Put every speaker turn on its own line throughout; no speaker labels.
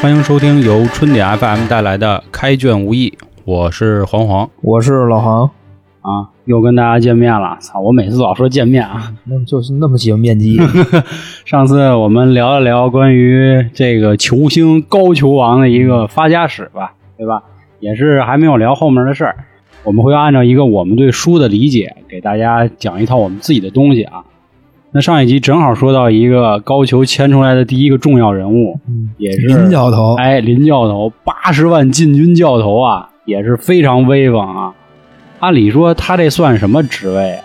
欢迎收听由春点 FM 带来的《开卷无益》，我是黄黄。
我是老航，
啊，又跟大家见面了。操，我每次老说见面啊。
那就是那么喜欢面 基，
上次我们聊了聊关于这个球星高球王的一个发家史吧，对吧？也是还没有聊后面的事儿，我们会按照一个我们对书的理解，给大家讲一套我们自己的东西啊。那上一集正好说到一个高球牵出来的第一个重要人物，也是
林教头，
哎，林教头八十万禁军教头啊，也是非常威风啊。按理说他这算什么职位啊？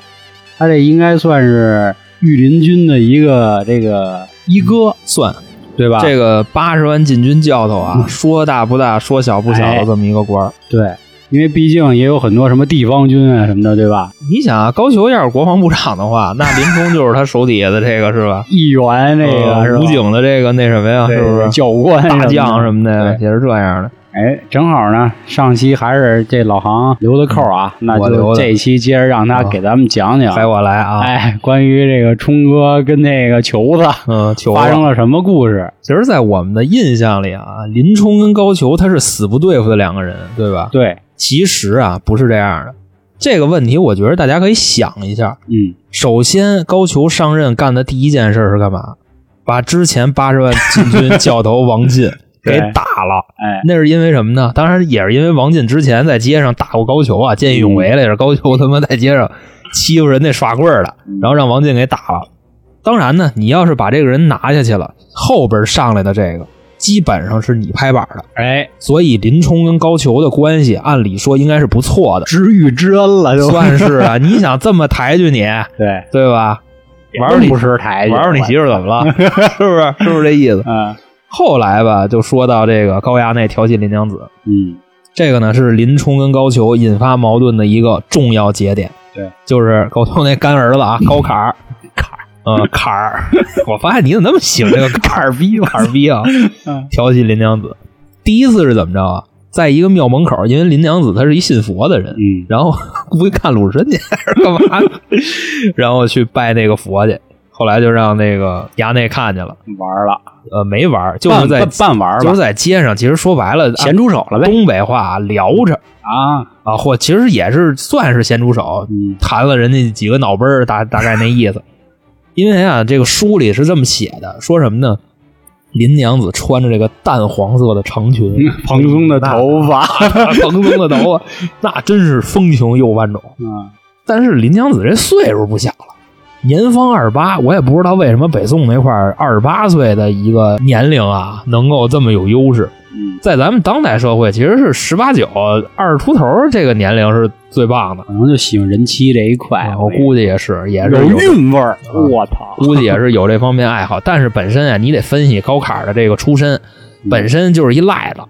他这应该算是御林军的一个这个一哥，
算
对吧？
哎嗯这个八十万禁军教头啊，说大不大，说小不小的
哎
这么一个官儿。
对，因为毕竟也有很多什么地方军啊什么的，对吧？？
你想啊，高俅要是国防部长的 话，那林冲就是他手底下的这个是吧
议员那个
呃
是吧
武警的这个那什么呀，
对
是不是？
教官
大将
什
什
么
么的
对
也是这样的。
哎，正好呢，上期还是这老行留的扣啊，那
嗯我留
就
的
这一期接着让他
啊
给咱们讲讲。
该我来啊，
哎，关于这个冲哥跟那个球子
嗯，求
发
了
生了什么故事？
其实，在我们的印象里啊，林冲跟高俅他是死不对付的两个人，对吧？
对，
其实啊，不是这样的。这个问题，我觉得大家可以想一下。
嗯，
首先，高俅上任干的第一件事是干嘛？把之前八十万禁军教头王进
对
给打了。
哎，
那是因为什么呢？当然也是因为王进之前在街上打过高俅啊，见义勇为来着。高俅他妈在街上欺负人那耍棍儿的，
嗯
然后让王进给打了。当然呢，你要是把这个人拿下去了，后边上来的这个基本上是你拍板的。
哎，，
所以林冲跟高俅的关系，按理说应该是不错的
知遇之恩了，就
算是啊。你想这么抬举你，
对，
对吧？玩儿
真
你
不识抬举，
玩玩你媳妇儿怎么 了？是不是？是不是这意思？
嗯
后来吧，就说到这个高衙内调戏林娘子，
嗯，
这个呢是林冲跟高俅引发矛盾的一个重要节点。
对，
就是高俅那干儿子 啊，高坎儿，坎儿，嗯，坎 儿。我发现你怎么那么喜欢这个坎儿逼，坎儿逼 啊
嗯！
调戏林娘子，第一次是怎么着啊？在一个庙门口，因为林娘子她是一信佛的人，
嗯
然后估计看鲁智深去还是干嘛的，然后去拜那个佛去。后来就让那个衙内看见了，
玩了，
呃，没玩儿，就是
半
在
半半玩
就
吧
是，在街上，其实说白了，
咸猪手了呗
东北话啊聊着，
啊，
啊，或其实也是算是咸猪手，
嗯
弹了人家几个脑杯儿，大大概那意思。因为啊，这个书里是这么写的，说什么呢？林娘子穿着这个淡黄色的长裙，
嗯蓬松的头发，
那，蓬松的头发，那真是风情又万种。
嗯，
但是林娘子这岁数不小了，年方二十八，我也不知道为什么北宋那块二十八岁的一个年龄啊，能够这么有优势。
嗯，
在咱们当代社会，其实是十八九、二十出头这个年龄是最棒的。
可能就喜欢人妻这一块
哎，，我估计也是，也是
有啊
有这，
韵味儿，
嗯
我操，
估计也是有这方面爱好。但是本身啊，你得分析高坎儿的这个出身，
嗯
本身就是一赖子。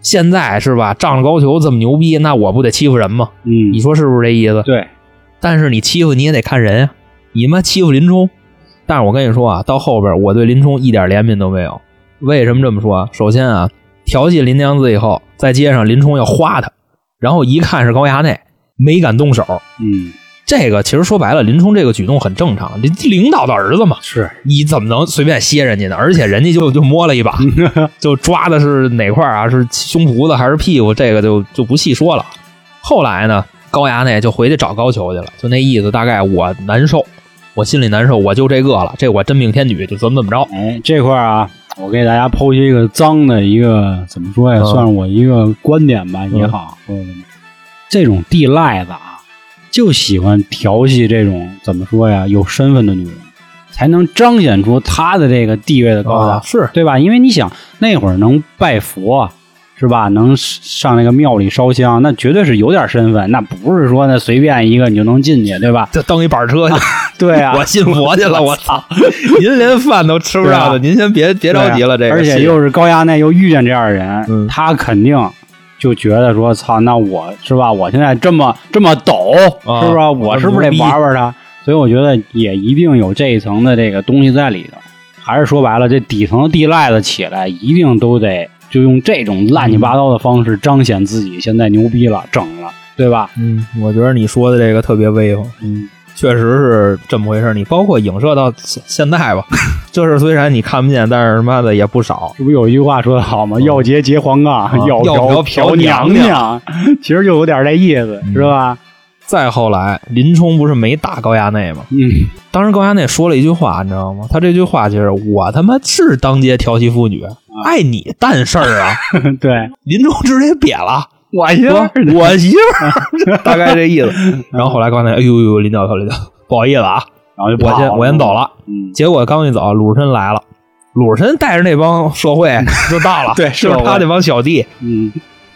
现在是吧，仗着高俅这么牛逼，那我不得欺负人吗？
嗯
你，说是不是这意思？
对，
但是你欺负你也得看人啊，你妈欺负林冲。但是我跟你说啊，到后边我对林冲一点怜悯都没有。为什么这么说啊？首先啊，调戏林娘子以后，在街上林冲要花他，然后一看是高衙内，没敢动手。
嗯，
这个其实说白了，林冲这个举动很正常，领领导的儿子嘛，
是，
你怎么能随便歇人家呢？而且人家就就摸了 一把，就抓的是哪块儿啊？是胸脯子还是屁股？这个就就不细说了。后来呢，高衙内就回去找高俅去了，就那意思，大概我难受，我心里难受，我就这个了，这我真命天女，就怎么怎么着。
哎，这块儿啊。我给大家剖析一个脏的一个怎么说呀，
嗯
算是我一个观点吧也好，或者怎么这种地赖子啊，就喜欢调戏这种怎么说呀有身份的女人，才能彰显出她的这个地位的高大，
是
对吧？因为你想那会儿能拜佛是吧，能上那个庙里烧香，那绝对是有点身份，那不是说那随便一个你就能进去，对吧？
就蹬一板 车去，
对啊，
我信佛去了，我操！您连饭都吃不上
对
了，
啊
您先别别
对啊
着急了，这个
而且
信
又是高衙内又遇见这样的人，
嗯
他肯定就觉得说：“操，那我是吧？我现在这么这么抖，
啊
是不是？我是不是得
这么牛逼
玩玩他？”所以我觉得也一定有这一层的这个东西在里头。还是说白了，这底层的地赖子起来，一定都得就用这种乱七八糟的方式彰显自己现在牛逼了，整了，对吧？
嗯，我觉得你说的这个特别威风。
嗯，
确实是这么回事儿。你包括影射到现现在吧， 这事虽然你看不见，但是他妈的也不少。
这不有一句话说的好吗？要结结黄啊冈，
嗯啊要嫖
嫖
嫖
娘
娘
娘， 其实就有点这意思，
嗯
是吧？
再后来，林冲不是没打高衙内吗？
嗯，
当时高衙内说了一句话，你知道吗？他这句话就是：“我他妈是当街调戏妇
啊
女，碍你蛋事儿啊！”
对，
林冲直接瘪了，
我媳妇
说
儿呢
我媳妇儿， 大概这意思。 然后后来高衙内，哎呦呦，林教头，林教头，不好意思啊，
然后就
我
跑
先我先走。了。
嗯，
结果刚一走，鲁智深来了，鲁智深带着那帮社会就到了，
嗯 对
就
社
是
会
他那帮小弟
嗯，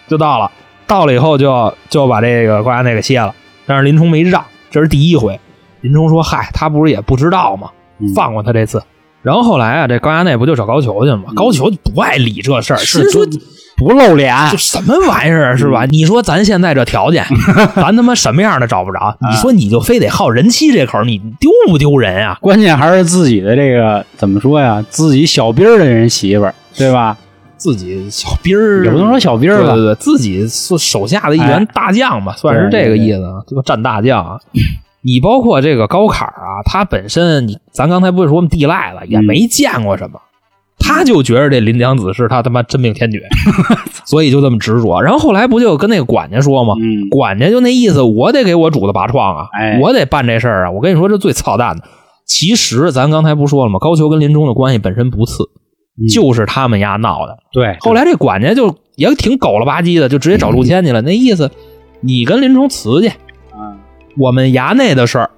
就到了，到了以后就要就要把这个高衙内给卸了，但是林冲没让，这是第一回。林冲说：“嗨，他不是也不知道吗？
嗯
放过他这次。”然后后来啊，这高衙内不就找高俅去了吗？高俅就不爱理这事儿，
嗯是嗯
心说
就不露脸，
这什么玩意儿是吧？你说咱现在这 条件，咱他妈什么样的找不着？
嗯
你说你就非得好人妻这口儿，你丢不丢人啊？
关键还是自己的这个怎么说呀？自己小兵儿的人媳妇儿，对吧？
自己小兵儿
也不能说小兵
对
儿
对
吧，
对，自己是手下的一员
哎
大将吧，算是这个意思，啊，这个战大将啊。 你包括这个高坎儿啊，他本身你咱刚才不是说我们地赖了，也
嗯
没见过什么，他就觉着这林娘子是他他妈真 命天女，所以就这么执着。然后后来不就跟那个管家说吗？
嗯，
管家就那意思，我得给我主子拔创啊，
哎
我得办这事儿啊。我跟你说，这最操蛋的。其实咱刚才不说了吗？高俅跟林冲的关系本身不次，
嗯
就是他们家闹的。
对，
后来这管家就也挺狗了吧唧的，就直接找陆谦去了。那意思，你跟林冲辞去，
嗯
我们衙内 的事儿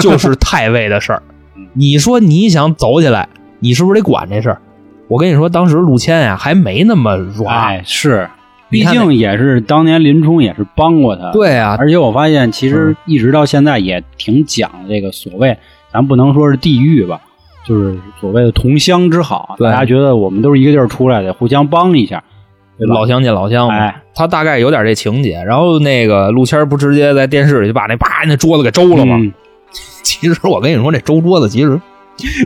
就是太尉的事儿
嗯。
你说你想走起来，你是不是得管这事儿？我跟你说，当时陆谦呀、还没那么软，
哎是，
你
毕
看那
竟也是当年林冲也是帮过他，
对啊，
而且我发现，其实一直到现在也挺讲这个所谓，咱不能说是地域吧，就是所谓的同乡之好。
对
大家觉得我们都是一个地儿出来的，互相帮一下，对吧？
老乡见老乡嘛，
哎
他大概有点这情节。然后那个陆谦儿不直接在电视里就把那啪那桌子给周了吗？
嗯
其实我跟你说，这周桌子其实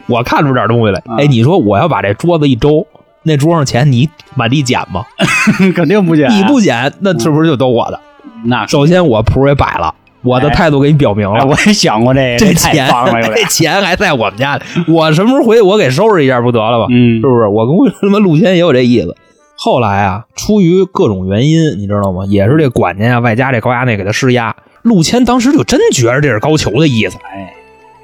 我看出点东西来。
啊
哎，你说我要把这桌子一周，那桌上钱你满地捡吗？
肯定不减，
你不捡，那是不是就都我的？
那
首先我谱也摆了，我的
嗯哎
态度给你表明
哎
了。
我也想过这个，哎
这
太
钱
脏了，有
这
点。
钱还在我们家里，我什么时候回去我给收拾一下不得了吗？
嗯
是，不是？我跟我他妈陆谦也有这意思。后来啊，出于各种原因，你知道吗？也是这管家呀，外加这高衙内给他施压。陆谦当时就真觉着这是高俅的意思。
哎，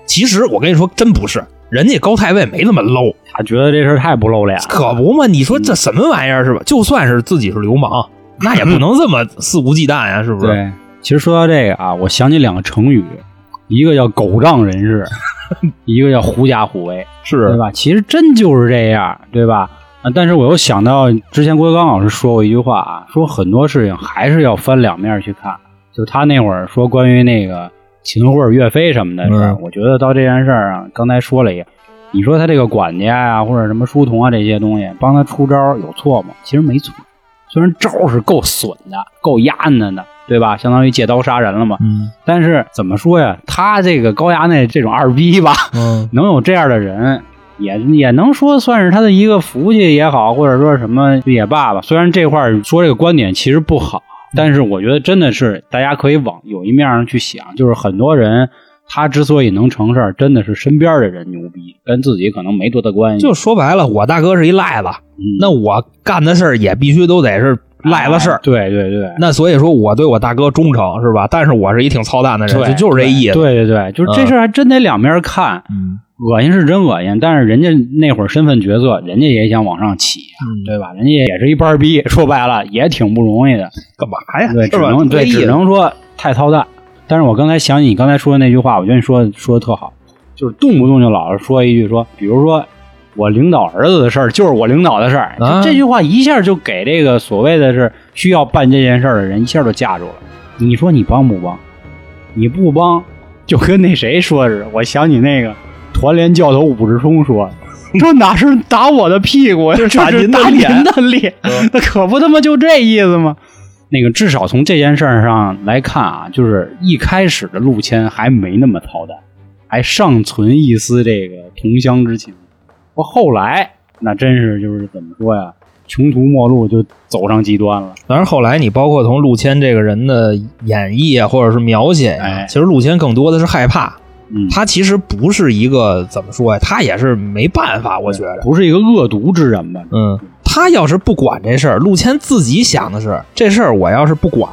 其实我跟你说，真不是，人家高太尉没那么 low，
他觉得这事儿太不露脸了。
可不嘛？你说这什么玩意儿是吧？就算是自己是流氓，那也不能这么肆无忌惮呀、啊是不是？
对，其实说到这个啊，我想起两个成语，一个叫狗仗人 势，一个叫狐假虎威。对
是，
吧？其实真就是这样，对吧？啊，但是我又想到之前郭德纲老师说过一句话啊，说很多事情还是要翻两面去看。就他那会儿说关于那个秦桧、岳飞什么的事儿，
嗯
我觉得到这件事儿啊，刚才说了一个，你说他这个管家呀、或者什么书童啊这些东西帮他出招儿有错吗？其实没错，虽然招儿是够损的、够压的的，对吧？相当于借刀杀人了嘛。
嗯
但是怎么说呀，他这个高衙内这种二逼吧，
嗯，
能有这样的人，也也能说算是他的一个福气也好，或者说什么也罢吧。虽然这块儿说这个观点其实不好，但是我觉得真的是大家可以往有一面上去想，就是很多人他之所以能成事儿，真的是身边的人牛逼，跟自己可能没多大关系。
就说白了，我大哥是一赖子，
嗯
那我干的事儿也必须都得是赖子事儿
哎。对对对。
那所以说，我对我大哥忠诚是吧？但是我是一挺操蛋的人，
对，
就就是这意思。，
对对对，就是这事儿还真得两面看，
嗯，
恶心是真恶心，但是人家那会儿身份角色，人家也想往上起，
嗯
对吧？人家也是一班儿逼，说白了也挺不容易的。
干嘛呀？
对，
是
只
吧？
能对，
这意思
只能说太操蛋。但是我刚才想起你刚才说的那句话，我觉得你说说的特好，就是动不动就老是说一句说，比如说我领导儿子的事儿就是我领导的事儿，
啊
就这句话一下就给这个所谓的是需要办这件事儿的人一下就架住了。你说你帮不帮？你不帮，就跟那谁说似的。我想起那个团联教头武志冲说的， 说哪是打我的屁股，这是
打
打
您的
您
脸
的脸，那 可不他妈就这意思吗？那个至少从这件事儿上来看啊，就是一开始的陆谦还没那么操蛋，还尚存一丝这个同乡之情。不过后来那真是就是怎么说呀，穷途末路就走上极端了。
当然，后来你包括从陆谦这个人的演绎啊，或者是描写啊，
哎
其实陆谦更多的是害怕，
嗯
他其实不是一个怎么说呀，他也是没办法，我觉着。
不是一个恶毒之人吧？
嗯，他要是不管这事儿，陆谦自己想的是这事儿，我要是不管，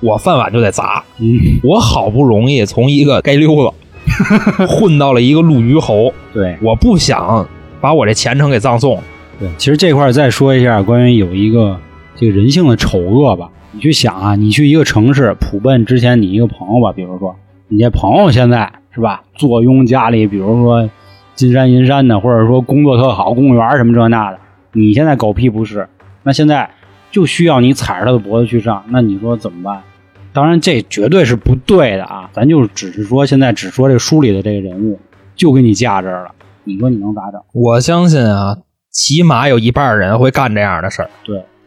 我饭碗就得砸。
嗯，
我好不容易从一个街溜子 混到了一个陆虞侯，
对
我不想把我这前程给葬送。
对。其实这块儿再说一下关于有一个这个人性的丑恶吧。你去想啊，你去一个城市普奔之前，你一个朋友吧，比如说你这朋友现在是吧，坐拥家里，比如说金山银山的，或者说工作特好，公务员儿什么这那的，你现在狗屁不是，那现在就需要你踩着他的脖子去上，那你说怎么办？当然，这绝对是不对的啊！咱就只是说，现在只说这书里的这个人物，就给你架这儿了，你说你能咋整？
我相信啊，起码有一半人会干这样的事儿。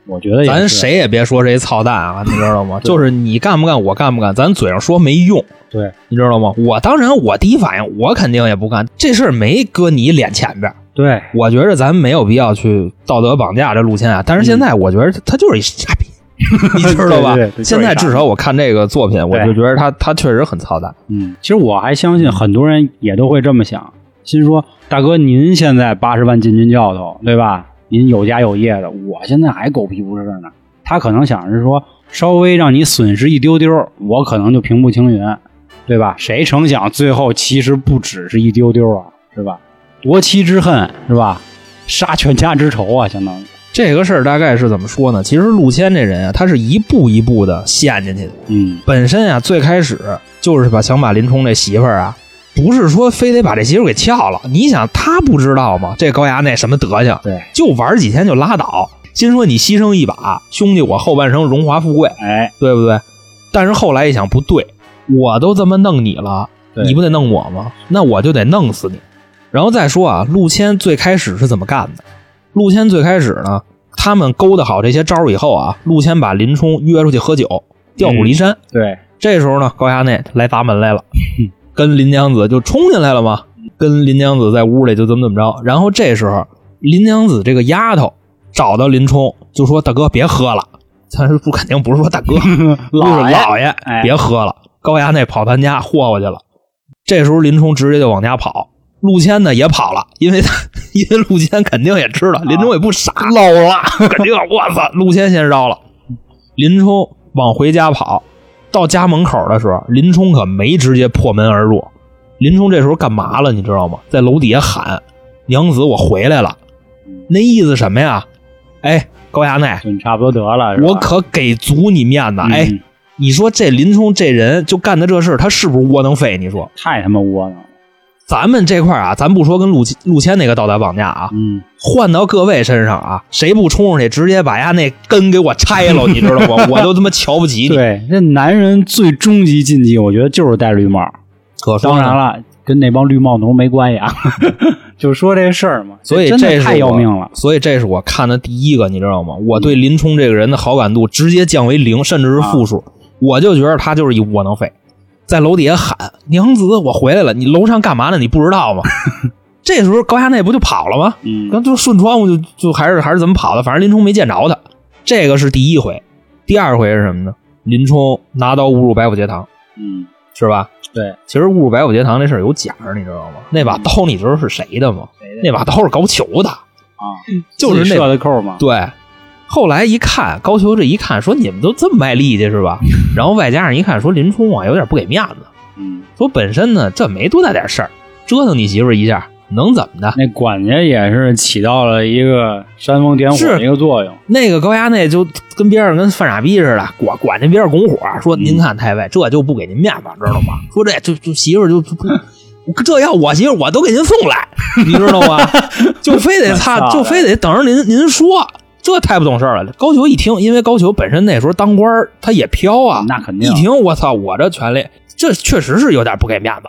我觉得也
咱
是
谁也别说谁操蛋啊，你知道 吗？就是你干不干，我干不干，咱嘴上说没用，
对
你知道吗？我当然，我第一反应我肯定也不干，这事儿没搁你脸前边儿。
对
我觉着咱没有必要去道德绑架这陆谦啊，但是现在我觉得他就是一傻逼，你知道吧
嗯 对对对就是一傻逼？
现在至少我看这个作品，我
对
就觉得他他确实很操蛋。
嗯，其实我还相信很多人也都会这么想，心说大哥，您现在八十万进军教头，对吧？您有家有业的，我现在还狗屁不是呢。他可能想是说，稍微让你损失一丢丢，我可能就平步青云，对吧？谁成想最后其实不只是一丢丢啊，是吧？夺妻之恨是吧？杀全家之仇啊，相当于，
这个事儿大概是怎么说呢？其实陆谦这人啊，他是一步一步的陷进去的。
嗯
本身啊，最开始就是把想把林冲这媳妇儿啊，不是说非得把这媳妇儿给撬了。你想他不知道吗？这高衙内什么德行？
对，
就玩几天就拉倒。心说你牺牲一把，兄弟我后半生荣华富贵，
哎，
对不对？但是后来一想，不对，我都这么弄你了，
对
你不得弄我吗？那我就得弄死你。然后再说啊，陆谦最开始是怎么干的？陆谦最开始呢，他们勾搭好这些招儿以后啊，陆谦把林冲约出去喝酒，调虎离山。
对，
这时候呢，高衙内来砸门来了，跟林娘子就冲进来了嘛，跟林娘子在屋里就怎么怎么着。然后这时候，林娘子这个丫头找到林冲，就说：“大哥，别喝了。”咱是不肯定不是说大哥，
老
就是
爷
老爷
哎，
别喝了。高衙内跑他家霍霍去了。这时候林冲直接就往家跑，陆谦呢也跑了，因为他 因为陆谦肯定也
啊
知道，林冲也不傻，漏了， 肯定我操，陆谦先绕了。林冲往回家跑，到家门口的时候，林冲可没直接破门而入。林冲这时候干嘛了？你知道吗？在楼底下喊：“娘子，我回来了。”那意思什么呀？哎，高衙内，
就你差不多得了，是吧
我可给足你面子。哎，
嗯
你说这林冲这人就干的这事儿，他是不是窝囊废？你说
太他妈窝囊了，
咱们这块儿啊，咱不说跟陆谦陆谦那个道德绑架啊，
嗯，
换到各位身上啊，谁不冲上去直接把丫那根给我拆 了，你知道吗？我都他妈瞧不起你。
对，那男人最终极禁忌，我觉得就是戴绿帽。
可说
当
呢
然，了，跟那帮绿帽奴没关系啊， 就说这事儿嘛。
所以
真
这
的
是
太要
我
命了。
所以这是我看的第一个，你知道吗？我对林冲这个人的好感度直接降为零，甚至是负
啊
数。我就觉得他就是一窝囊废，在楼底下喊：“娘子，我回来了！”你楼上干嘛呢？你不知 道吗？这时候高衙内不就跑了吗？
嗯
刚就顺窗户就就还是还是怎么跑的，反正林冲没见着他，这个是第一回。第二回是什么呢？林冲拿刀侮辱白虎节堂，
嗯，
是吧？
对，嗯
其实侮辱白虎节堂这事儿有假儿，你知道吗？那把刀你知道是谁的吗？那把刀是高俅的啊，就是
自己
那
设的扣嘛。
对。后来一看，高俅这一看说：“你们都这么卖力气 是吧？”然后外加上一看说林冲啊有点不给面子，
嗯，
说本身呢这没多大点事儿，折腾你媳妇儿一下能怎么的？
那管家也是起到了一个煽风点火
是
的一个作用。
那个高衙内就跟边上跟犯傻逼似的，管管着边上拱火，说：“
嗯
您看太尉，这就不给您面子，知道吗？说这就就媳妇儿就就 不，这要我媳妇儿我都给您送来，你知道吗？就非得擦，
我操
就非得等着您您说，这太不懂事儿了。”高俅一听，因为高俅本身那时候当官儿他也飘啊，
那肯定
一听我操，我这权利，这确实是有点不给面子。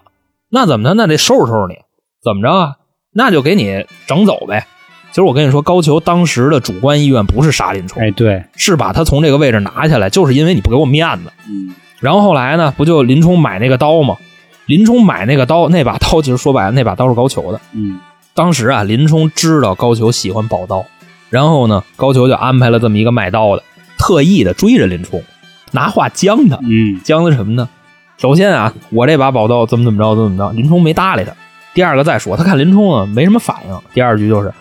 那怎么的？那得收拾收拾你，怎么着啊？那就给你整走呗。其实我跟你说，高俅当时的主观意愿不是杀林冲，
哎，对，
是把他从这个位置拿下来，就是因为你不给我面子。
嗯，
然后后来呢，不就林冲买那个刀吗？林冲买那个刀，那把刀其实说白了，那把刀是高俅的。
嗯，
当时啊，林冲知道高俅喜欢宝刀，然后呢，高俅就安排了这么一个卖刀的，特意的追着林冲，拿话将他。
嗯，
将的什么呢？首先啊，我这把宝刀怎么怎么着，怎么怎么着，林冲没搭理他。第二个再说，他看林冲啊没什么反应，第二句就是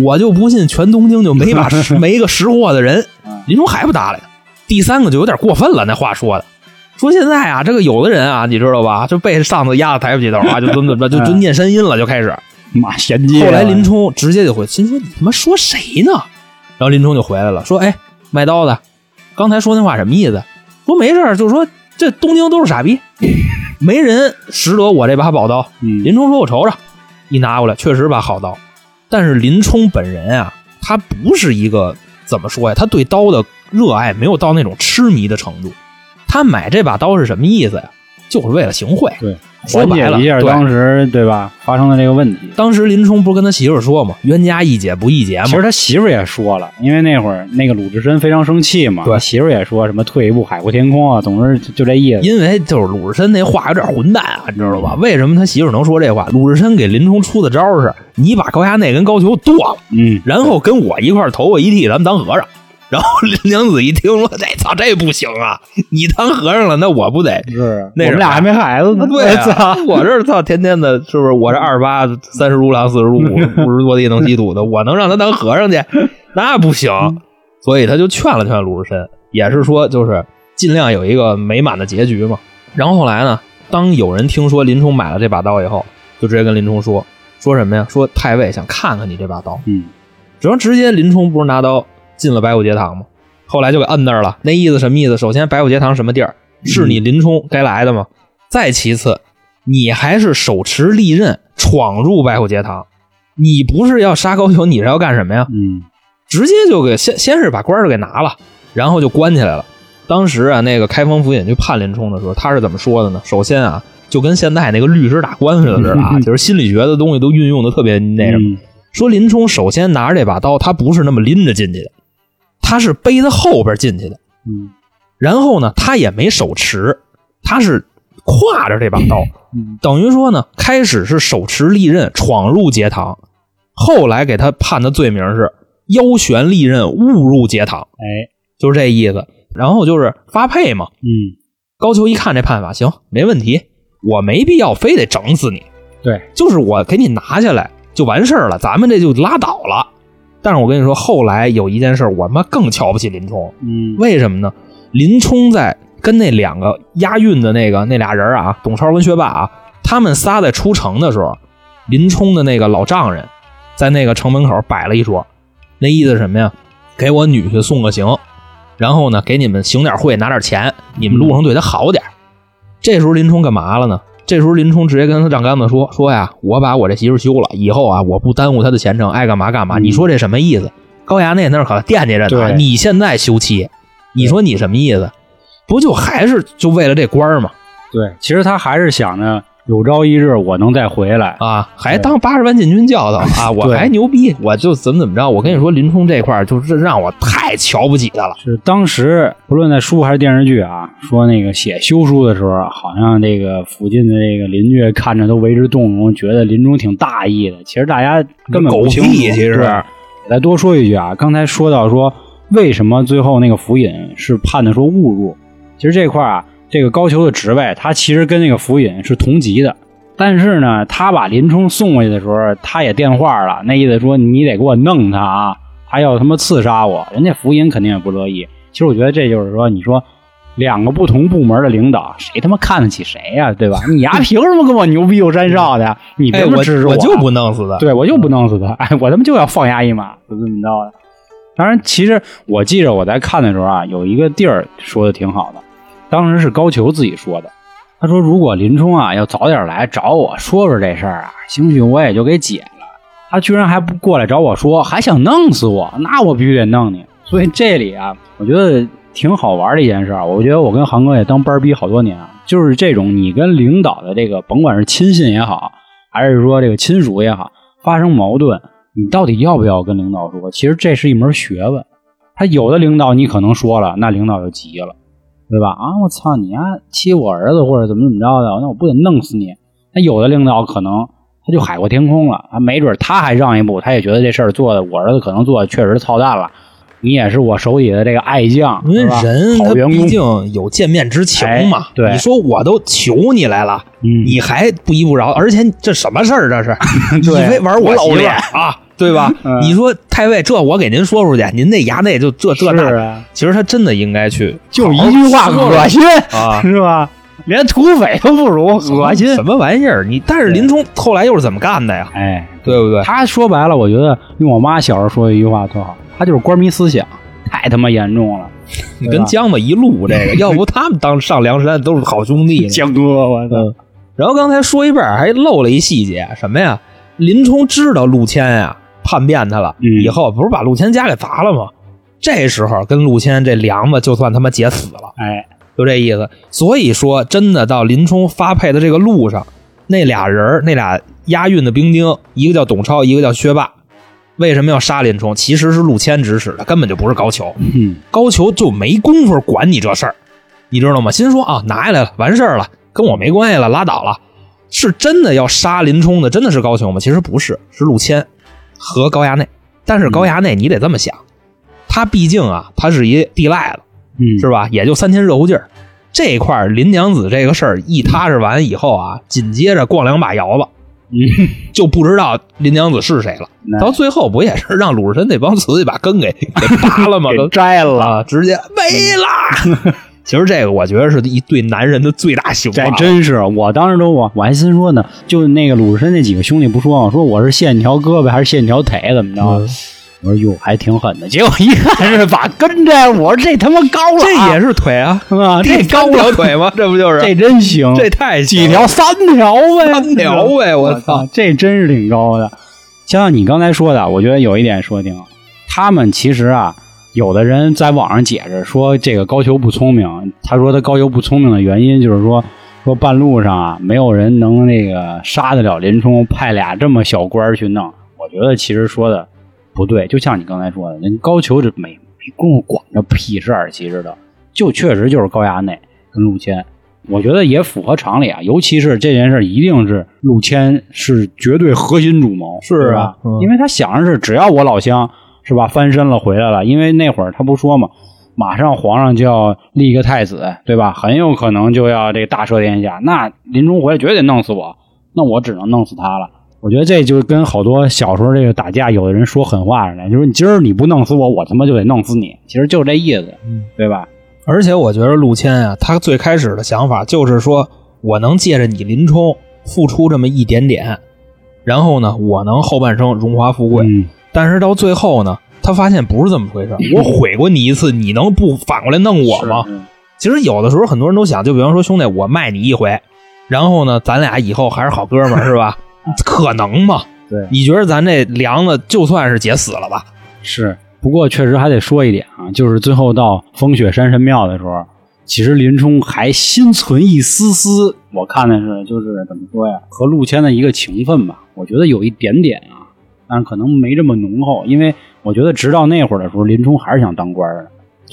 我就不信全东京就没把识没一个识货的人
嗯。
林冲还不搭理他。第三个就有点过分了，那话说的，说现在啊，这个有的人啊，你知道吧，就被上头压得抬不起头啊，就怎么怎么着，就就念山音了，就开始。
妈衔接。
后来林冲直接就回，心说你他妈说谁呢？然后林冲就回来了，说：“哎，卖刀的，刚才说那话什么意思？说没事儿，就说这东京都是傻逼，没人识得我这把宝刀。”
嗯
林冲说：“我瞅瞅。”一拿过来，确实把好刀。但是林冲本人啊，他不是一个怎么说呀？他对刀的热爱没有到那种痴迷的程度。他买这把刀是什么意思呀？就是为了行贿。
对，
说
缓解
白了，
一下
对
当时对吧发生的这个问题。
当时林冲不是跟他媳妇儿说嘛，冤家宜解不宜结嘛
其。实他媳妇儿也说了，因为那会儿那个鲁智深非常生气嘛，
对
他媳妇儿也说什么退一步海阔天空啊，总之就就这意思。
因为就是鲁智深那话有点混蛋啊，你知道吧？为什么他媳妇儿能说这话？鲁智深给林冲出的招儿是：你把高衙内跟高俅剁了，
嗯，
然后跟我一块儿投我一替，咱们当和尚。然后林娘子一听说，这操这不行啊！你当和尚了，那我不得？
是
那
我们
什么
俩还没孩子呢。
对
我操
啊，我这操天天的，是不是？我这二十八、三十如狼，四十如虎，
嗯
五十多地能吸土的，我能让他当 和尚去？那不行。
嗯
所以他就劝了劝鲁智深，也是说就是尽量有一个美满的结局嘛。然后后来呢，当有人听说林冲买了这把刀以后，就直接跟林冲说说什么呀？说太尉想看看你这把刀。
嗯，
只要直接林冲不是拿刀进了白虎节堂吗？后来就给摁那儿了。那意思什么意思？首先，白虎节堂什么地儿，是你林冲该来的吗？再其次，你还是手持利刃闯入白虎节堂，你不是要杀高俅，你是要干什么呀？
嗯
直接就给先先是把官儿给拿了，然后就关起来了。当时啊，那个开封府尹去判林冲的时候，他是怎么说的呢？首先啊，就跟现在那个律师打官司的似的啊，就是心理学的东西都运用的特别那什么。
嗯
说林冲首先拿着这把刀，他不是那么拎着进去的，他是背在后边进去的。
嗯
然后呢，他也没手持，他是挎着这把刀，
嗯
等于说呢，开始是手持利刃闯入节堂，后来给他判的罪名是腰悬利刃误入节堂，
哎
就是这意思。然后就是发配嘛。
嗯
高俅一看这判法，行，没问题，我没必要非得整死你。
对，
就是我给你拿下来就完事儿了，咱们这就拉倒了。但是我跟你说，后来有一件事儿，我他妈更瞧不起林冲，
嗯
为什么呢？林冲在跟那两个押运的那个那俩人儿啊，董超跟薛霸啊，他们仨在出城的时候，林冲的那个老丈人在那个城门口摆了一桌，那意思是什么呀？给我女婿送个行，然后呢，给你们行点贿，拿点钱，你们路上对他好点儿。这时候林冲干嘛了呢？这时候林冲直接跟他丈杆子说：“说呀，我把我这媳妇休了，以后啊，我不耽误她的前程，爱干嘛干嘛。”
嗯
你说这什么意思？高衙内那儿可惦记着呢，
对
你现在休妻，你说你什么意思？不就还是就为了这官儿吗？
对，其实他还是想着有朝一日我能再回来。
啊，还当八十万禁军教头啊，我
对
还牛逼，我就怎么怎么着。我跟你说，林冲这块儿就是让我太瞧不起他了。
是当时不论在书还是电视剧啊，说那个写休书的时候，啊好像这个附近的这个邻居看着都为之动容，觉得林冲挺大义的。其实大家根本
狗
不
屁
清楚。
其实
对再多说一句啊，刚才说到说为什么最后那个府尹是判的说误入，其实这块儿啊，这个高俅的职位他其实跟那个府尹是同级的。但是呢，他把林冲送过去的时候，他也电话了，那意思说你得给我弄他啊，他要他妈刺杀我，人家福尹肯定也不乐意。其实我觉得这就是说，你说两个不同部门的领导，谁他妈看得起谁呀、对吧？你丫 凭什么跟我牛逼又山少的呀？你凭
哎，
什么
我
支持
我
啊
就不弄死他。
对我就不弄死他，哎，我他妈就要放丫一马，怎么怎么着的。当然，其实我记着我在看的时候啊，有一个地儿说的挺好的，当时是高俅自己说的。他说：“如果林冲啊要早点来找我说说这事儿啊，兴许我也就给解了。他居然还不过来找我说，还想弄死我，那我必须得弄你。所以这里啊，我觉得挺好玩的一件事儿。我觉得我跟航哥也当班儿逼好多年啊，就是这种你跟领导的这个，甭管是亲信也好，还是说这个亲属也好，发生矛盾，你到底要不要跟领导说？其实这是一门学问。他有的领导你可能说了，那领导就急了，对吧？啊，我操你丫、欺我儿子或者怎么怎么着的，那我不得弄死你？那有的领导可能他就海阔天空了，啊，没准他还让一步，他也觉得这事儿做的我儿子可能做的确实操蛋了，你也是我手底的这个爱将，
因为
是吧？
人他
好员工
毕竟有见面之情嘛
哎。对
你说我都求你来了，
嗯，
你还不依不饶，而且这什么事儿？这是你
对
非玩我
老
媳妇
脸
儿啊，对吧？
嗯
你说太尉，这我给您说出去，您那衙内就这这
是
那，
啊，
其实他真的应 该去
就一句话恶心，。
啊
是吧？连土匪都不如，恶心。
什么玩意儿？你但是林冲后来又是怎么干的呀？
哎，
对不对？
他说白了，我觉得用我妈小时候说的一句话特好，他就是官迷思想，太他妈严重 了。
你跟江吧一路这个，要不他们当上梁山都是好兄 弟呢。
江哥，我操！
然后刚才说一半儿还漏了一细节，什么呀？林冲知道陆谦呀、叛变他了，
嗯
以后不是把陆谦家给砸了吗？这时候跟陆谦这梁子就算他妈结死了，
哎，
就这意思。所以说，真的到林冲发配的这个路上，那俩人儿那俩押运的兵丁，一个叫董超，一个叫薛霸。为什么要杀林冲？其实是陆谦指使的，根本就不是高俅。
嗯，
高俅就没工夫管你这事儿，你知道吗？心说啊，拿下来了，完事儿了，跟我没关系了，拉倒了。是真的要杀林冲的，真的是高俅吗？其实不是，是陆谦和高衙内。但是高衙内，你得这么想，他毕竟啊，他是一地赖子，
嗯，
是吧？也就三天热乎劲儿。这一块儿林娘子这个事儿一踏实完以后啊，紧接着逛两把窑子，
嗯，
就不知道林娘子是谁了。
那
到最后不也是让鲁智深那帮徒弟把 根给给拔了吗？都
给摘 了，嗯
啊，直接没啦。其实这个我觉得是一对男人的最大刑
这
罚，
真是，我当时都我我还心说呢，就那个鲁智深那几个兄弟不说吗？说我是线条胳膊还是线条腿，怎么着？
嗯
我说哟，还挺狠的。结果一看是把根摘，我说这他妈高了
这
啊，
也是腿啊，
是吧？
第
这
三
高
条
了，
腿吗？这不就是
这真行，
这太行
几条三条呗，
三条呗，我操！，
这真是挺高的。像你刚才说的，我觉得有一点说的挺好。他们其实啊，有的人在网上解释说这个高俅不聪明，他说他高俅不聪明的原因就是说，说半路上啊，没有人能那个杀得了林冲，派俩这么小官儿去弄。我觉得其实说的不对，就像你刚才说的，人高俅这没没工夫管这屁事儿，其实的就确实就是高衙内跟陆谦。我觉得也符合常理啊，尤其是这件事，一定是陆谦是绝对核心主谋，
是啊
对吧？
嗯
因为他想的是，只要我老乡是吧翻身了回来了，因为那会儿他不说嘛，马上皇上就要立一个太子，对吧？很有可能就要这个大赦天下，那林冲回来绝对得弄死我，那我只能弄死他了。我觉得这就跟好多小时候这个打架，有的人说狠话似的，就是你今儿你不弄死我，我他妈就得弄死你，其实就这意思，
嗯
对吧？
而且我觉得陆谦啊，他最开始的想法就是说，我能借着你林冲付出这么一点点，然后呢，我能后半生荣华富贵。
嗯，
但是到最后呢，他发现不是这么回事儿。我毁过你一次，你能不反过来弄我吗？
是？
其实有的时候很多人都想，就比方说兄弟，我卖你一回，然后呢，咱俩以后还是好哥们儿，是 吧？可能吗？
对
你觉得咱这梁子就算是姐死了吧？
是，不过确实还得说一点啊，就是最后到风雪山神庙的时候，其实林冲还心存一丝丝，我看的是就是怎么说呀，和陆谦的一个情分吧，我觉得有一点点啊，但可能没这么浓厚，因为我觉得直到那会儿的时候，林冲还是想当官儿的，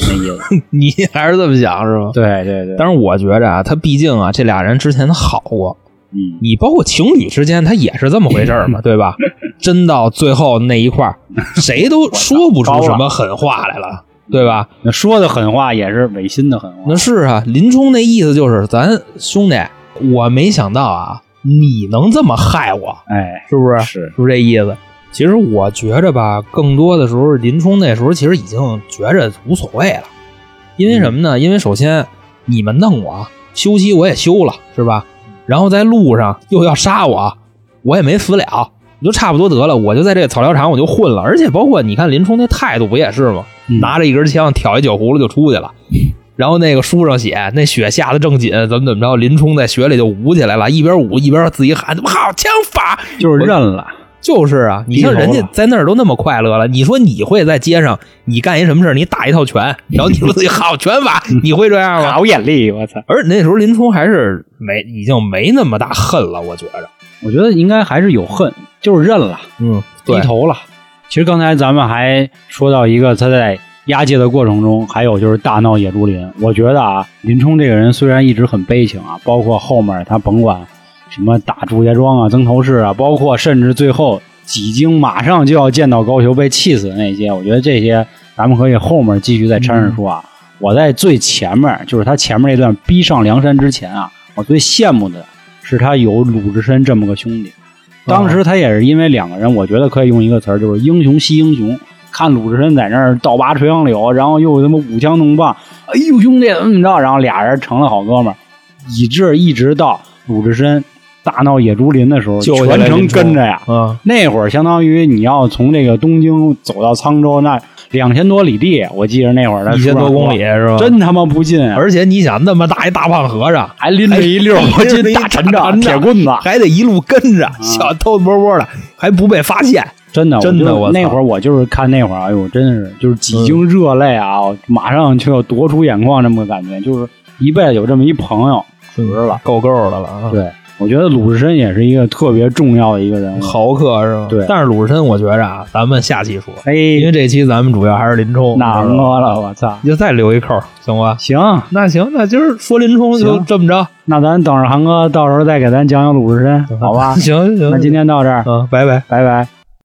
那意 思。
你还是这么想是吧？
对对对，
但是我觉着啊，他毕竟啊，这俩人之前他好过，
嗯，
你包括情侣之间，他也是这么回事儿嘛，对吧？真到最后那一块儿，谁都说不出什么狠话来了，对吧？
那说的狠话也是违心的狠话
那，是啊，林冲那意思就是，咱兄弟，我没想到啊，你能这么害我，
哎，
是不是？
是
是不是这意思？其实我觉着吧，更多的时候，林冲那时候其实已经觉着无所谓了，因为什么呢？因为首先你们弄我，休息我也休了，是吧？然后在路上又要杀我，我也没死了，你就差不多得了，我就在这个草料场我就混了。而且包括你看林冲那态度不也是吗？
嗯
拿着一根枪挑一酒葫芦就出去了。然后那个书上写，那雪下的正紧，怎么怎么着，林冲在雪里就舞起来了，一边舞一边自己喊：“好枪法！”
就是认了，
就是啊，你像人
低
家
头了
在那儿都那么快乐了，你说你会在街上，你干一什么事儿，你打一套拳，然后你 说自己好拳法，你会这样吗？
好眼力，我操！
而那时候林冲还是没已经没那么大恨了，我觉着，
我觉得应该还是有恨，就是认了。
嗯，
低
对，
头了。其实刚才咱们还说到一个他在押解的过程中，还有就是大闹野猪林。我觉得啊，林冲这个人虽然一直很悲情啊，包括后面他甭管什么打祝家庄啊、曾头市啊，包括甚至最后几经马上就要见到高俅被气死的那些，我觉得这些咱们可以后面继续再掺着说啊。我在最前面，就是他前面那段逼上梁山之前啊，我最羡慕的是他有鲁智深这么个兄弟。当时他也是因为两个人，我觉得可以用一个词儿，就是英雄惜英雄。看鲁智深在那儿倒拔垂杨柳，然后又他妈舞枪弄棒，哎呦兄弟怎么怎么着，然后俩人成了好哥们儿，以致一直到鲁智深大闹野猪林的时候，
救下来
全程
林冲
跟着呀。
嗯，
那会儿相当于你要从这个东京走到沧州，那两千多里地，我记着那会儿的
一千多公里，是吧？
真他妈不近啊！
而且你想那么大一大胖和尚，
还拎着一溜儿
还哎拎着一
大抻
大
杖、
抻杖
铁棍子，
还得一路跟着，小偷偷摸摸的，还不被发 现。
真的
真的
就
我操嗯
那会儿我就是看那会儿，哎呦，真是就是几经热泪啊，我马上就要夺出眼眶，这么个感觉，就是一辈子有这么一朋友。
值了，够够的了啊！
对，我觉得鲁智深也是一个特别重要的一个人物。，
豪客是吧？
对
但是鲁智深，我觉着啊，咱们下期说，因为
嘿，
这期咱们主要还是林冲，
难
了，
过了，我操！
你就再留一扣，行吧？
行，
那行，那今儿说林冲就
行
这么着，
那咱
嗯
等着韩哥到时候再给咱讲讲鲁智深，好吧
？行行，
那今天到这儿，
嗯，拜拜。
拜拜。